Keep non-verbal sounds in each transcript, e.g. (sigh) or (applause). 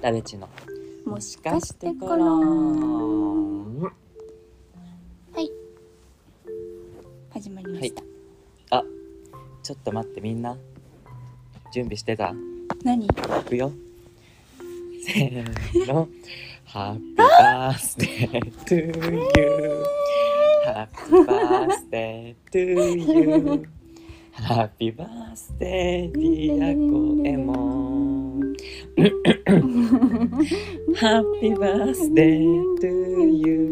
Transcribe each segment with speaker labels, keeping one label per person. Speaker 1: 誰ちの
Speaker 2: もしかしてコ
Speaker 1: う
Speaker 2: ロン
Speaker 1: ん
Speaker 2: 始まりました、
Speaker 1: あちょっと待ってみんな準備してた
Speaker 2: 何
Speaker 1: いくよせーの Happy birthday to you Happy birthday to you Happy birthday dear コエモン Happy birthday to you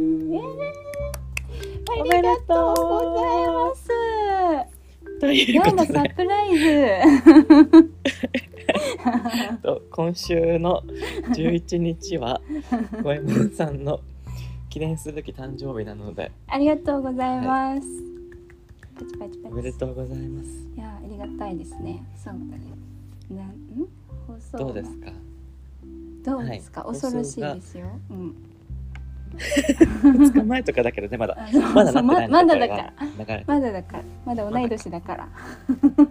Speaker 2: ありがとうございます
Speaker 1: という
Speaker 2: なん
Speaker 1: こ
Speaker 2: だ
Speaker 1: と
Speaker 2: サ
Speaker 1: で
Speaker 2: プライズ
Speaker 1: (laughs) と今週の11
Speaker 2: (laughs)
Speaker 1: 日はコエモンさんの記念すべき誕生日なので
Speaker 2: ありがとうございます、パチパチパ
Speaker 1: おめで
Speaker 2: チ
Speaker 1: とうございます
Speaker 2: いやありがたいですねそうだねなんん放送
Speaker 1: どうですか
Speaker 2: どうですか、
Speaker 1: はい
Speaker 2: 恐ろしいですようん
Speaker 1: 2日前とかだけどねまだ
Speaker 2: あ (laughs) そう
Speaker 1: まだなってな
Speaker 2: ま
Speaker 1: いの
Speaker 2: だだから
Speaker 1: これが
Speaker 2: まだだ
Speaker 1: だか
Speaker 2: からまだ同い年だから
Speaker 1: ら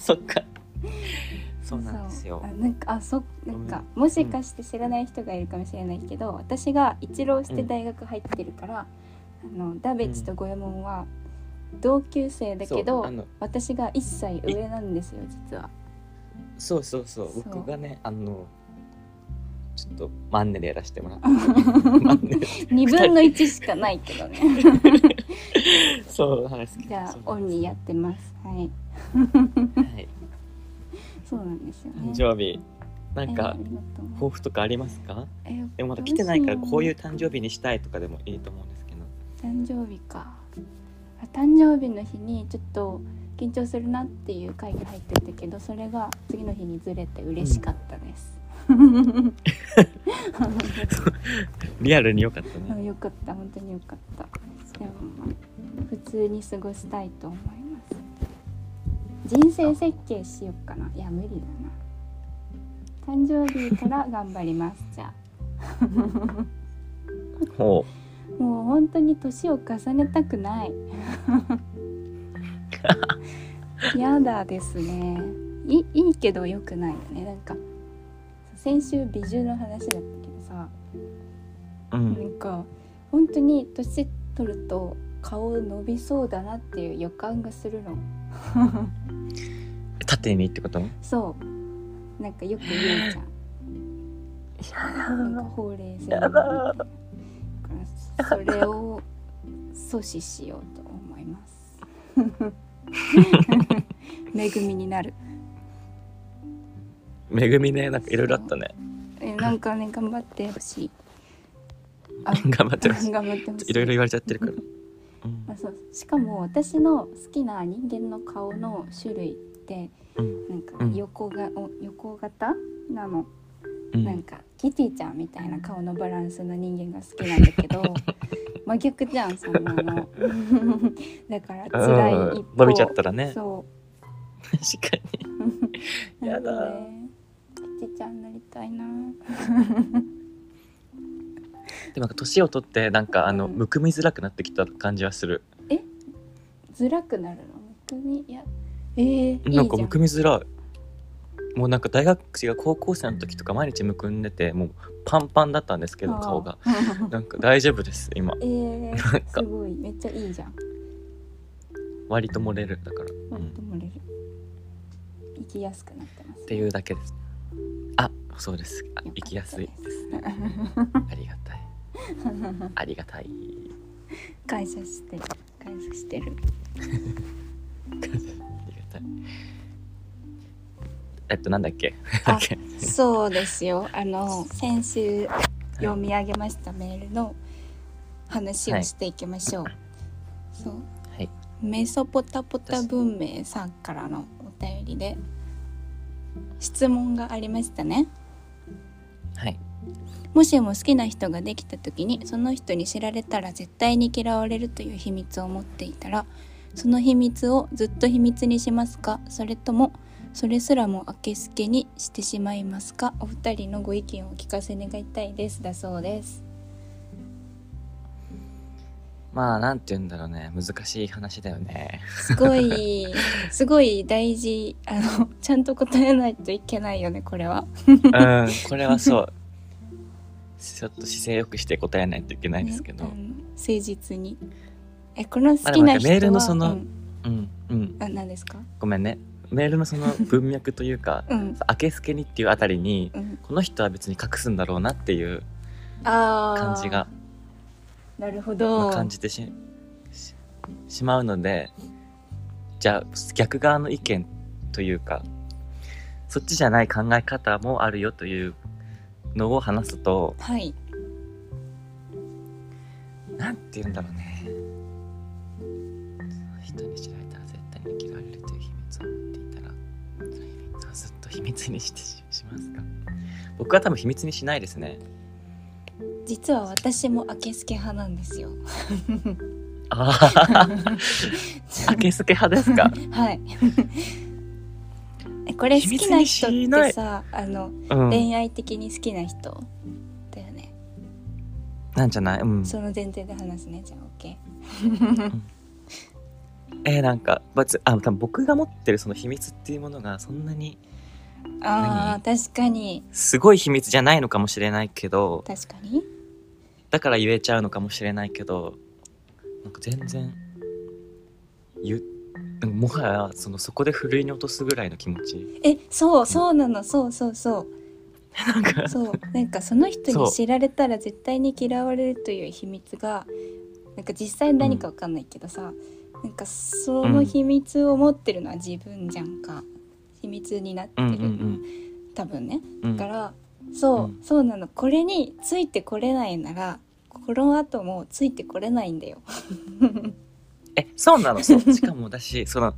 Speaker 1: そっかそうなんですよ
Speaker 2: そうあなんかあそなんかもしかして知らない人がいるかもしれないけど、私が一浪して大学入ってるから、あのダベチとゴエモンは同級生だけ
Speaker 1: そう
Speaker 2: ど
Speaker 1: あの
Speaker 2: 私が1歳上なんですよ実
Speaker 1: (laughs)
Speaker 2: は
Speaker 1: そうそうそう
Speaker 2: そう
Speaker 1: 僕がねあのちょっとマンネでやらせて
Speaker 2: (laughs)
Speaker 1: もらってマンネで
Speaker 2: 2分の1しかないけどね
Speaker 1: (laughs) そうなんですけど
Speaker 2: じゃあ
Speaker 1: そう
Speaker 2: オ
Speaker 1: なん
Speaker 2: ン
Speaker 1: です
Speaker 2: にやってますはい
Speaker 1: はい
Speaker 2: そうなんですよね
Speaker 1: 誕生日なんか
Speaker 2: えーありがとう
Speaker 1: 抱負とかありますか
Speaker 2: えー
Speaker 1: でもまだ来てないから
Speaker 2: どしよ
Speaker 1: こういう誕生日にしたいとかでもいいと思うんですけど
Speaker 2: 誕生日かあ誕生日の日にちょっと緊張するなっていう会議入ってたけどそれが次の日にずれて嬉しかったです、
Speaker 1: リアルに良かった
Speaker 2: あ
Speaker 1: ね
Speaker 2: よかった本当によかったでも、まあ、普通に過ごしたいと思います人生設計しよっかないや無理だな誕生日から頑張りますじゃあ
Speaker 1: ほ
Speaker 2: もう本当に年を重ねたくないやだですねいいいけど良くないよねなんか先週美女の話だったけどさ
Speaker 1: うう
Speaker 2: なんんか本当に年取ると顔伸びそうだなっていう予感がするの
Speaker 1: 縦にってこと
Speaker 2: そうなんかよく言うじゃんなんかほうれい線みたいな
Speaker 1: やだ
Speaker 2: だからそれを阻止しようと思います (laughs)
Speaker 1: (laughs)
Speaker 2: 恵みになる
Speaker 1: 恵みねなんかいろいろあったね
Speaker 2: えなんかね頑張ってほしいあ
Speaker 1: 頑張ってます
Speaker 2: 頑張ってほしい
Speaker 1: いろいろ言われちゃってるから、うん
Speaker 2: あそうしかも私の好きな人間の顔の種類って
Speaker 1: うん
Speaker 2: なんか
Speaker 1: うん
Speaker 2: 横が、お横型なの
Speaker 1: う
Speaker 2: なん
Speaker 1: ん、
Speaker 2: かキティちゃんみたいな顔のバランスの人間が好きなんだけ
Speaker 1: (laughs)
Speaker 2: ど真逆じゃんそんなのだから辛い一
Speaker 1: うん
Speaker 2: 方
Speaker 1: 伸びちゃったらね
Speaker 2: そ
Speaker 1: 確かに
Speaker 2: う
Speaker 1: やだ
Speaker 2: なのでキティちゃんになりたいな
Speaker 1: でもなんか年を取ってなんかあの、
Speaker 2: うん
Speaker 1: むくみづらくなってきた感じはする
Speaker 2: ずらくなるのむくみいやえー、いいじゃ
Speaker 1: なんんかむくみづらいもうなんか大学生が高校生の時とか毎日むくんでてもうパンパンだったんですけど
Speaker 2: あー
Speaker 1: 顔がなんか大丈夫です今
Speaker 2: えー、
Speaker 1: なんか
Speaker 2: すごいめっちゃいいじゃん
Speaker 1: 割と漏れるだから、う
Speaker 2: もっ
Speaker 1: ん、
Speaker 2: と漏れる生きやすくなって
Speaker 1: (laughs)
Speaker 2: ます
Speaker 1: っていうだけですあそうですあ
Speaker 2: よかった
Speaker 1: 行きやすいです
Speaker 2: (laughs)
Speaker 1: ねありがたいありがたい
Speaker 2: 感謝してる感謝して
Speaker 1: (laughs)
Speaker 2: る
Speaker 1: ありがたいえっとなんだっけ
Speaker 2: あ
Speaker 1: OK
Speaker 2: そうですよあの先週 (laughs) 読み上げましたメールの話をしていきましょう、そう、
Speaker 1: はい
Speaker 2: メソポタポタ文明さんからのお便りで質問がありましたね
Speaker 1: はい
Speaker 2: もしも好きな人ができた時にその人に知られたら絶対に嫌われるという秘密を持っていたらその秘密をずっと秘密にしますかそれともそれすらも明けすけにしてしまいますかお二人のご意見をお聞かせ願いたいですだそうです
Speaker 1: まあなんて言うんだろうね難しい話だ
Speaker 2: (laughs)
Speaker 1: よね
Speaker 2: すごいすごい大事あのちゃんと答えないといけないよねこれは。
Speaker 1: うんこれはそうちょっと姿勢よくして答えないといけないんですけど、
Speaker 2: ねあの誠実に。えこの好
Speaker 1: あ
Speaker 2: き
Speaker 1: でもな
Speaker 2: なん人
Speaker 1: か
Speaker 2: は
Speaker 1: メールのその
Speaker 2: うん、
Speaker 1: うんうん
Speaker 2: あ何ですか？
Speaker 1: ごめんねメールのその文脈とい
Speaker 2: (laughs)
Speaker 1: うか
Speaker 2: うん
Speaker 1: 明けすけにっていうあたりに
Speaker 2: うん。
Speaker 1: この人は別に隠すんだろうなっていう
Speaker 2: ああ
Speaker 1: 感じが、
Speaker 2: なるほ
Speaker 1: ま
Speaker 2: ど。
Speaker 1: あ感じてしししまうのでじゃあ逆側の意見というかそっちじゃない考え方もあるよというのを話すと
Speaker 2: はい。
Speaker 1: なんて言うんだろうねその人に知られたら絶対に嫌われるという秘密を持っていたらその秘密をずっと秘密にしてししますか僕は多分秘密にしないですね
Speaker 2: 実は私も明けすけ派なんですよ。
Speaker 1: ああ明けすけ派ですか
Speaker 2: はい。 (laughs) えこれ好きな人っ
Speaker 1: 秘密にしな
Speaker 2: て
Speaker 1: い
Speaker 2: さあの、
Speaker 1: うん
Speaker 2: 恋愛的に好きな人だよね。
Speaker 1: なんじゃないうん
Speaker 2: その前提で話すねじゃあオッケ
Speaker 1: えー、なんか別あ多分僕が持ってるその秘密っていうものがそんなに
Speaker 2: ー。ああ確かに
Speaker 1: すごい秘密じゃないのかもしれないけど
Speaker 2: 確かに。
Speaker 1: だから言えちゃうのかもしれないけどなんか全然言うなんかもはやそのそこでふるいに落とすぐらいの気持
Speaker 2: (laughs)
Speaker 1: ち
Speaker 2: えそうそうなのそうそうそう。
Speaker 1: なん (laughs) か
Speaker 2: そうなんかその人
Speaker 1: そ
Speaker 2: に
Speaker 1: う
Speaker 2: 知られたら絶対に嫌われるという秘密がなんか実際何かわかんないけどさ、なんかその秘密を持ってるのは自分じゃんか秘密になって
Speaker 1: う
Speaker 2: る、
Speaker 1: んうん
Speaker 2: 多分ね
Speaker 1: うんうん
Speaker 2: だからそう、
Speaker 1: うん
Speaker 2: そうなのこれについてこれないならこの後もついてこれないんだよ
Speaker 1: えそうな
Speaker 2: (laughs)
Speaker 1: のそうしかもだしその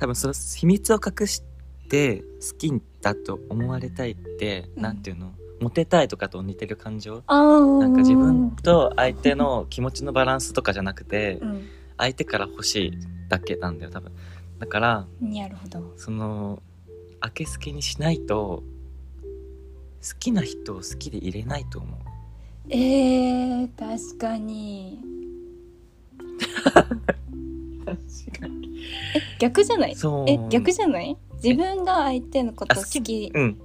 Speaker 1: 多分その秘密を隠して好きだと思われたいって、
Speaker 2: うん
Speaker 1: なんていうのモテたいとかと似てる感情
Speaker 2: あー
Speaker 1: (laughs) なんか自分と相手の気持ちのバランスとかじゃなくて
Speaker 2: うん
Speaker 1: 相手から欲しいだけなんだよ多分だから
Speaker 2: なるほど
Speaker 1: その明けすけにしないと好きな人を好きでいれないと思う
Speaker 2: えー、確かに
Speaker 1: 確かに
Speaker 2: え逆じゃない
Speaker 1: そう
Speaker 2: え逆じゃない自分が相手のこと
Speaker 1: あ
Speaker 2: 好き
Speaker 1: うん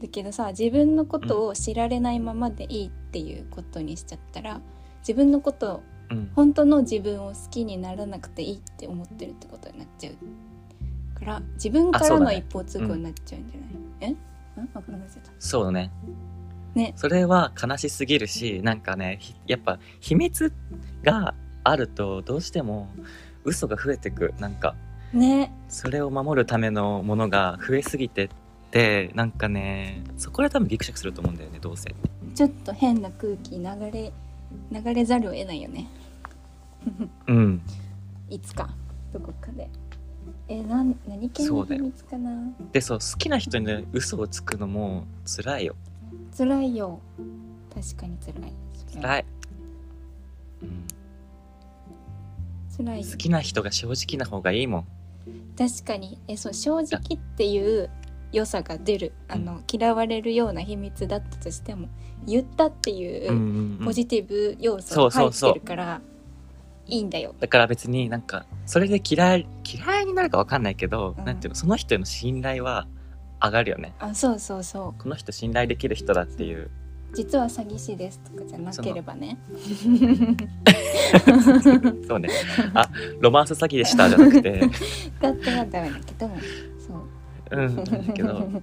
Speaker 2: だけどさ自分のことを知られないままでいいっていうことにしちゃったら自分のこと
Speaker 1: うん
Speaker 2: 本当の自分を好きにならなくていいって思ってるってことになっちゃうから自分か
Speaker 1: あそ
Speaker 2: ら
Speaker 1: うだ
Speaker 2: の
Speaker 1: ね
Speaker 2: 一方通行になっちゃうんじゃない、えんわかんなくなっちゃった
Speaker 1: そうだね
Speaker 2: ね
Speaker 1: それは悲しすぎるしなんかねひやっぱ秘密があるとどうしても嘘が増えてくなんか
Speaker 2: ね
Speaker 1: それを守るためのものが増えすぎてってなんかねそこで多分ギクシャクすると思うんだよねどうせ
Speaker 2: ちょっと変な空気流れ流れざるを得ないよね
Speaker 1: うん
Speaker 2: いつかどこかでえなん何系
Speaker 1: そ
Speaker 2: の
Speaker 1: うだ
Speaker 2: 秘
Speaker 1: よ
Speaker 2: 密かな
Speaker 1: でそう好きな人に嘘をつくのも辛いよ
Speaker 2: 辛いよ確かに辛い
Speaker 1: 辛い、うん、
Speaker 2: 辛いよ
Speaker 1: 好きな人が正直な方がいいもん
Speaker 2: 確かにえそう正直っていう良さが出るあの嫌われるような秘密だったとしても言ったってい
Speaker 1: う
Speaker 2: う
Speaker 1: んうんう
Speaker 2: ポ
Speaker 1: ん、
Speaker 2: ジティブ要素が
Speaker 1: そうそ
Speaker 2: 入
Speaker 1: う
Speaker 2: っ
Speaker 1: そう
Speaker 2: てるからいいんだよ
Speaker 1: だから別になんかそれで嫌い嫌いになるかわかんないけど、
Speaker 2: うん
Speaker 1: なんていうのその人への信頼は上がるよね
Speaker 2: あそうそうそ
Speaker 1: この人信頼できる人だっていう
Speaker 2: う実は詐欺師ですとかじゃなければね
Speaker 1: そ
Speaker 2: (laughs)
Speaker 1: うねあロマンス詐欺でしたじゃなくて
Speaker 2: だったらダメだけどそう
Speaker 1: うん (laughs) なんだけど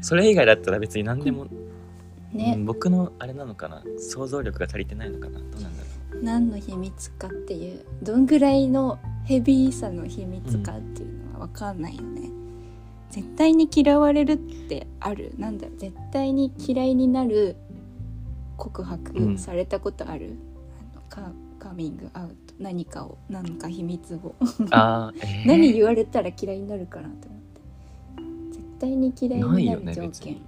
Speaker 1: それ以外だったら別に何でも、う
Speaker 2: (laughs) ね
Speaker 1: ん、僕のあれなのかな想像力が足りてないのかなどうなんだろ
Speaker 2: 何の秘密かっていうどんぐらいのヘビーさの秘密かっていうのは分かんないよね、絶対に嫌われるってあるなんだろう絶対に嫌いになる告
Speaker 1: う
Speaker 2: 白
Speaker 1: ん
Speaker 2: されたことある、あのカカミングアウト何かを何か秘密を
Speaker 1: うあ
Speaker 2: (laughs)
Speaker 1: ー、えー
Speaker 2: 何言われたら嫌いになるかなと思って絶対に嫌い
Speaker 1: な
Speaker 2: に
Speaker 1: い
Speaker 2: な
Speaker 1: よ
Speaker 2: る
Speaker 1: ね
Speaker 2: 条
Speaker 1: 別
Speaker 2: 件、
Speaker 1: に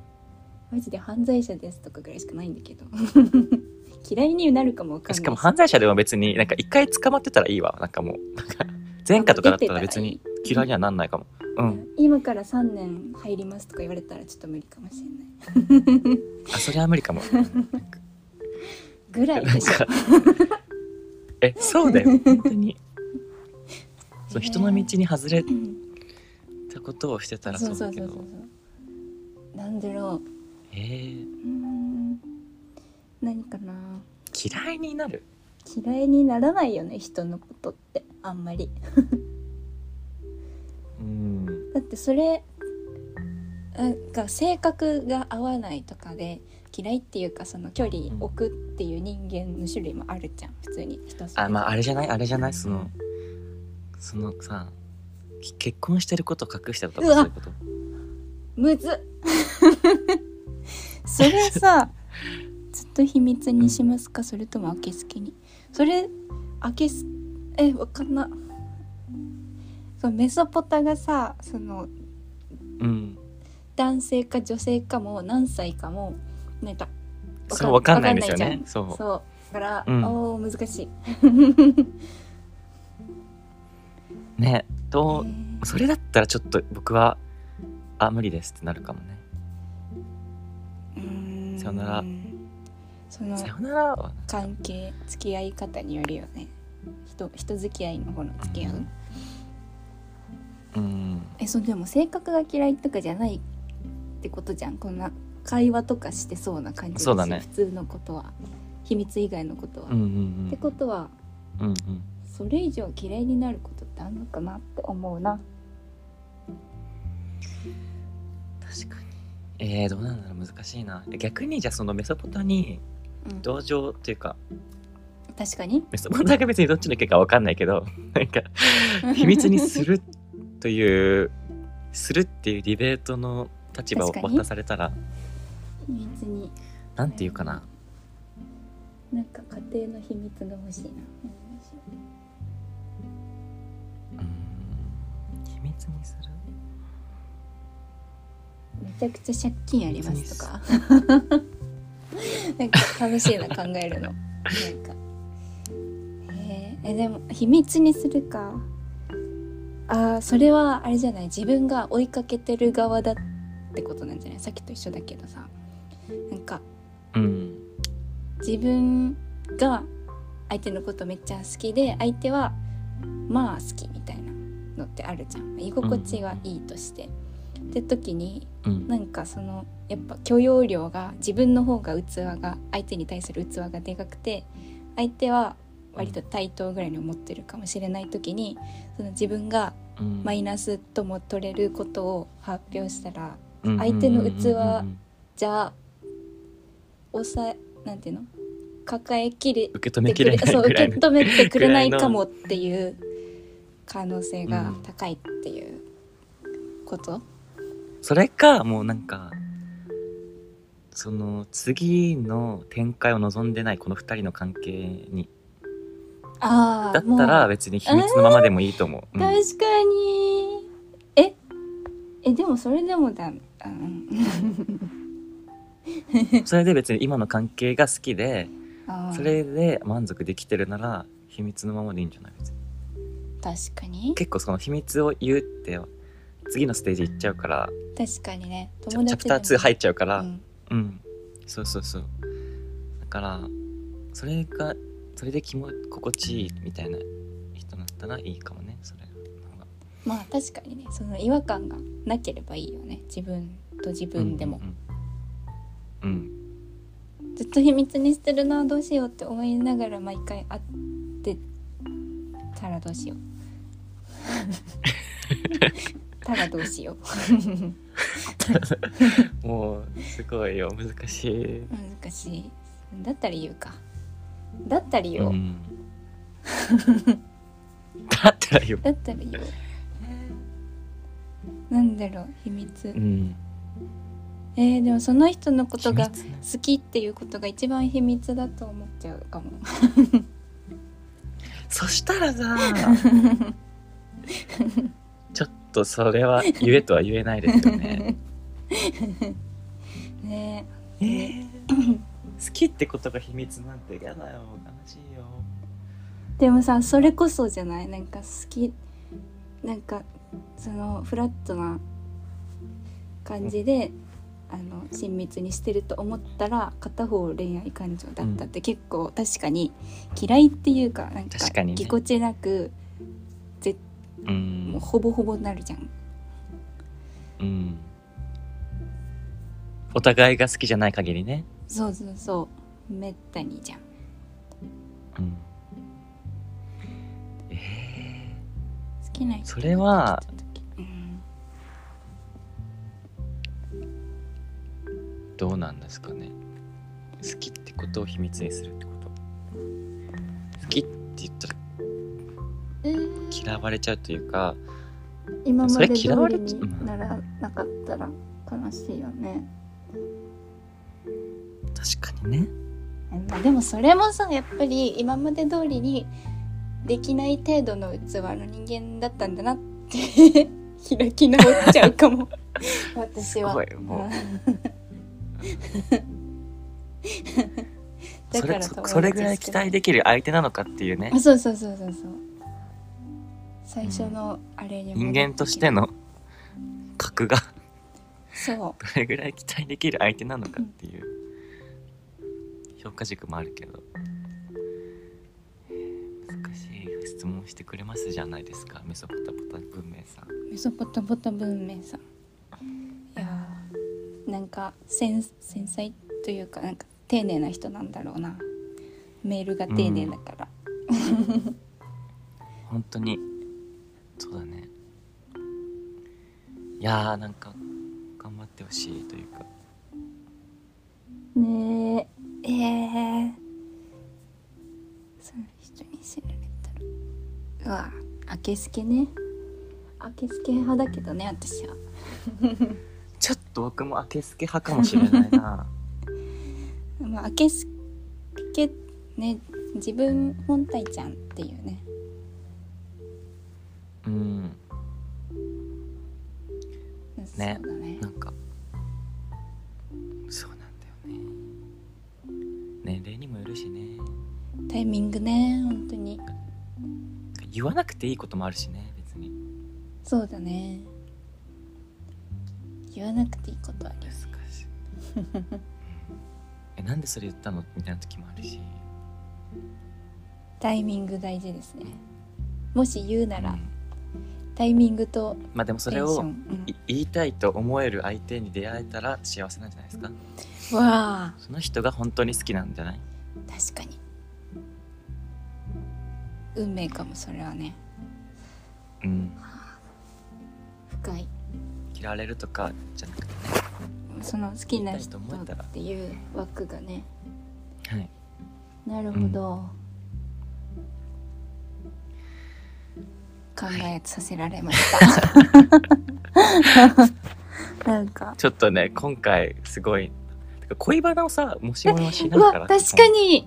Speaker 2: マジで犯罪者ですとかぐらいしかないんだけど (laughs) 嫌いになるかも分かんない
Speaker 1: しかも犯罪者でも別になんか一回捕まってたらいいわなんかもうなんか前科とかだったら別に嫌いにはなんないかもうん
Speaker 2: 今から3年入りますとか言われたらちょっと無理かもしれない (laughs)
Speaker 1: あそれは無理かも (laughs)
Speaker 2: ぐらいでしょ
Speaker 1: なんえそうだよ本当にその人の道に外れ
Speaker 2: うん
Speaker 1: たことをし
Speaker 2: (laughs)
Speaker 1: てたら
Speaker 2: そ
Speaker 1: そうう
Speaker 2: そ
Speaker 1: だ
Speaker 2: う
Speaker 1: け
Speaker 2: そうそうそ
Speaker 1: ど
Speaker 2: うなんだろ
Speaker 1: えー
Speaker 2: ううーん何かな
Speaker 1: 嫌いになる
Speaker 2: 嫌いにならないよね人のことってあんまり
Speaker 1: うん
Speaker 2: だってそれなんか性格が合わないとかで嫌いっていうかその距離置くっていう人間の種類もあるじゃん普通に人それぞれ
Speaker 1: あまああれじゃないあれじゃないそのそのさき結婚してることを隠してたとか
Speaker 2: うわ
Speaker 1: そういうこと
Speaker 2: むずっ (laughs) それさずっと秘密にしますかそれとも明けすけにそれ明けすえわかんなそうメソポタがさその
Speaker 1: うん
Speaker 2: 男性か女性かも何歳かもなんか
Speaker 1: それ分かんないんですよ
Speaker 2: わかん
Speaker 1: ね
Speaker 2: ない
Speaker 1: そ
Speaker 2: じゃん
Speaker 1: う
Speaker 2: そうだから、
Speaker 1: うん
Speaker 2: おー難しい
Speaker 1: ねど
Speaker 2: えー
Speaker 1: うそれだったらちょっと僕はあ無理ですってなるかもね
Speaker 2: うーん
Speaker 1: さよなら
Speaker 2: その
Speaker 1: さよならは
Speaker 2: 関係付き合い方によるよね人人付き合いの方の付き合う、
Speaker 1: うんうん
Speaker 2: えそうでも性格が嫌いとかじゃないってことじゃんこんな会話とかしてそうな感じだし
Speaker 1: そうだね
Speaker 2: 普通のことは秘密以外のことは、
Speaker 1: うんうんうん
Speaker 2: ってことは
Speaker 1: うんうん
Speaker 2: それ以上嫌いになることってあんのかなって思うな
Speaker 1: 確かにえー、どうなんだろう難しいな逆にじゃあそのメソポタに
Speaker 2: うん
Speaker 1: 同情っていうか
Speaker 2: 確かに
Speaker 1: メソポタが別にどっちの意見か分かんないけどなんか秘密にするというするっていうディベートの立場を
Speaker 2: 確かに
Speaker 1: 渡されたら
Speaker 2: (laughs) 秘密に
Speaker 1: なんていうかな
Speaker 2: なんか家庭の秘密が欲しいな
Speaker 1: うん秘密にする
Speaker 2: めちゃくちゃ借金ありますとかなんか楽しいな考えるのなんかえーえでも秘密にするかあーそれはあれじゃない自分が追いかけてる側だってことなんじゃないさっきと一緒だけどさなんか
Speaker 1: うん
Speaker 2: 自分が相手のことめっちゃ好きで相手はまあ好きみたいなのってあるじゃん居心地がいいとして、って時に
Speaker 1: うん
Speaker 2: なんかそのやっぱ許容量が自分の方が器が相手に対する器がでかくて相手は割と対等ぐらいに思ってるかもしれない時にその自分が
Speaker 1: うん
Speaker 2: マイナスとも取れることを発表したら相手の器じゃあ抑えなんていうの抱えきれ
Speaker 1: 受け止
Speaker 2: て
Speaker 1: め
Speaker 2: く
Speaker 1: きれ
Speaker 2: れ
Speaker 1: ない
Speaker 2: そう
Speaker 1: ぐら
Speaker 2: 受
Speaker 1: い
Speaker 2: け
Speaker 1: の
Speaker 2: 止めてくれないかもっていう可能性が高いっていうこと、
Speaker 1: それかもうなんかその次の展開を望んでないこの二人の関係に
Speaker 2: ああ
Speaker 1: だったら別に秘密のままでもいいと思う、うん
Speaker 2: 確かにええでもそれでもだあうん
Speaker 1: それで別に今の関係が好きで
Speaker 2: あー
Speaker 1: それで満足できてるなら秘密のままでいいんじゃない別に
Speaker 2: 確かに
Speaker 1: 結構その秘密を言うって次のステージ行っちゃうから
Speaker 2: 確かにね
Speaker 1: チャチャプター2入っちゃうから
Speaker 2: う
Speaker 1: うん、
Speaker 2: ん
Speaker 1: そうそうそうだからそれがそれで気も心地いいみたいな人だったらいいかもねそれの方が
Speaker 2: まあ確かにねその違和感がなければいいよね自分と自分でも、
Speaker 1: うんうん
Speaker 2: ずっと秘密にしてるなどうしようって思いながら毎回会ってたらどうし
Speaker 1: (laughs)
Speaker 2: ようたらどうしよう (laughs)
Speaker 1: うんもうすごいよ難しい
Speaker 2: 難しいだったら言うかだったら言おう、
Speaker 1: ん、だったらよ、
Speaker 2: だったら言おうなんだろう秘密
Speaker 1: うん、
Speaker 2: えー、でもその人のことが
Speaker 1: 秘密ね
Speaker 2: 好きっていうことが一番秘密だと思っちゃうか
Speaker 1: (laughs)
Speaker 2: も
Speaker 1: そしたらさ (laughs) ちょっとそれは言えとは言えないですよね
Speaker 2: ね
Speaker 1: えー好きってことが秘密なんて嫌だよ悲しいよ
Speaker 2: えでもさそれこそじゃないなんか好きなんかそのフラットな感じであの親密にしてると思ったら片方恋愛感情だったって結構確かに嫌いっていうかなんか
Speaker 1: 確かにね
Speaker 2: ぎこちなく
Speaker 1: う
Speaker 2: もうんほぼほぼなるじゃん。
Speaker 1: うんお互いが好きじゃない限りね
Speaker 2: そうそうそうめったにじゃん。
Speaker 1: うんえ
Speaker 2: 好きな人
Speaker 1: それ
Speaker 2: が
Speaker 1: は
Speaker 2: 来た時うん
Speaker 1: ー、どうなんですかね好きってことを秘密にするってこと好きって言ったら嫌われちゃうというか
Speaker 2: 今ま
Speaker 1: それ
Speaker 2: で通
Speaker 1: 嫌われ
Speaker 2: り
Speaker 1: ちゃう
Speaker 2: にならなかったら悲しいよね。
Speaker 1: 確かにね
Speaker 2: まあでもそれもさやっぱり今まで通りにできない程度の器の人間だったんだなって (laughs) 開き直っちゃうかも私は
Speaker 1: すごいもう (laughs)
Speaker 2: だ
Speaker 1: そ
Speaker 2: から
Speaker 1: れそそれぐらい期待できる相手なのかっていうね
Speaker 2: あそうそうそうそうそう最初のあれに戻
Speaker 1: 人
Speaker 2: って
Speaker 1: 間としての格が
Speaker 2: そ
Speaker 1: どれぐらい期待できる相手なのかっていう評価軸もあるけど難しい質問してくれますじゃないですかメソポタポタ文明さん
Speaker 2: うメソポタポタ文明さんいやーなんか繊繊細というかなんか丁寧な人なんだろうなメールが丁寧だから、
Speaker 1: 本当にそうだねいやーなんか頑張ってほしいというか
Speaker 2: ねええー、その人に知られたらうわあけすけねあけすけ派だけどね私は
Speaker 1: ちょっと僕も明けすけ派かもしれないな
Speaker 2: まああけすけね自分本体ちゃんっていうね
Speaker 1: うん
Speaker 2: そうだね
Speaker 1: なんかそうなんだよね年齢にもよるしね
Speaker 2: タイミングね本当に
Speaker 1: 言わなくていいこともあるしね別に
Speaker 2: そうだね言わなくていいことあるよ
Speaker 1: 難しいうんえなんでそれ言ったのみたいな時もあるし
Speaker 2: タイミング大事ですねもし言うな
Speaker 1: う
Speaker 2: ら
Speaker 1: ん
Speaker 2: タイミングと
Speaker 1: まあでもそ
Speaker 2: テンシ
Speaker 1: れ
Speaker 2: ョン
Speaker 1: を
Speaker 2: うん
Speaker 1: い言いたいと思える相手に出会えたら幸せなんじゃないですか
Speaker 2: わあ
Speaker 1: その人が本当に好きなんじゃない
Speaker 2: 確かに運命かもそれはね
Speaker 1: うん
Speaker 2: 深い
Speaker 1: 嫌われるとかじゃなくてね
Speaker 2: その好きな
Speaker 1: 言いたい
Speaker 2: 人
Speaker 1: と
Speaker 2: っ
Speaker 1: 思えたら
Speaker 2: ていう枠がね
Speaker 1: はい
Speaker 2: なるほど、考えさせられました
Speaker 1: (laughs)
Speaker 2: なんか
Speaker 1: ちょっとね今回すごいてか恋バナをさもしものしな
Speaker 2: う
Speaker 1: い
Speaker 2: わ
Speaker 1: から
Speaker 2: 確かに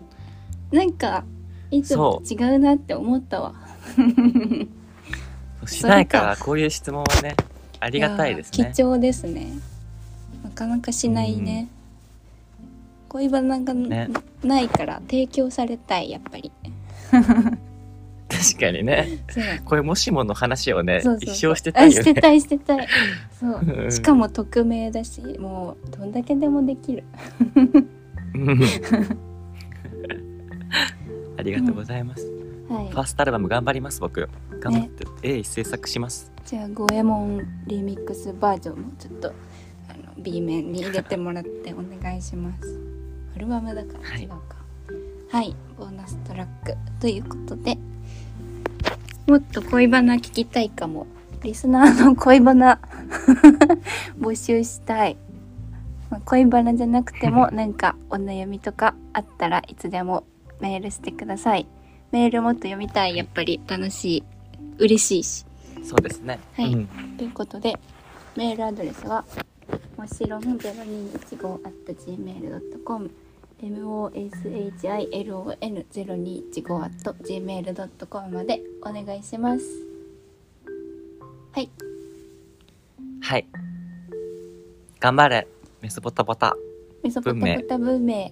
Speaker 2: なんかいつもと違うなって思ったわ
Speaker 1: そうしないからこういう質問はねありがたいです
Speaker 2: や
Speaker 1: ね
Speaker 2: ー貴重ですねなかなかしないね、恋バナが
Speaker 1: ね
Speaker 2: ないから提供されたいやっ
Speaker 1: (laughs)
Speaker 2: ぱり
Speaker 1: 確かにね
Speaker 2: そう
Speaker 1: これもしもの話をね
Speaker 2: そうそうそう
Speaker 1: 一生してた
Speaker 2: あ
Speaker 1: いよ
Speaker 2: して
Speaker 1: ね
Speaker 2: たいして
Speaker 1: (laughs)
Speaker 2: たいそううんしかも匿名だしもうどんだけでもできる
Speaker 1: うん (laughs) ありがとうございます、ファ
Speaker 2: は
Speaker 1: ーストアルバム頑張ります僕頑張って鋭意制作します
Speaker 2: いじゃあ五右衛門リミックスバージョンもちょっとあの B 面に入れてもらってお願いしますアルバムだから
Speaker 1: はい
Speaker 2: 違うかはい、ボーナストラックということでもっと恋バナ聞きたいかもリスナーの恋バナ (laughs) 募集したい、まあ、恋バナじゃなくてもなんかお悩みとかあったらいつでもメールしてくださいメールもっと読みたいやっぱり楽しい嬉しいし
Speaker 1: そうですね、
Speaker 2: はい
Speaker 1: うん
Speaker 2: ということでメールアドレスはもしろの0215 at gmail.com moshilon0215 at gmail.com までお願いしますはい
Speaker 1: はい頑張れメスボタボタ
Speaker 2: メソポタポタ文明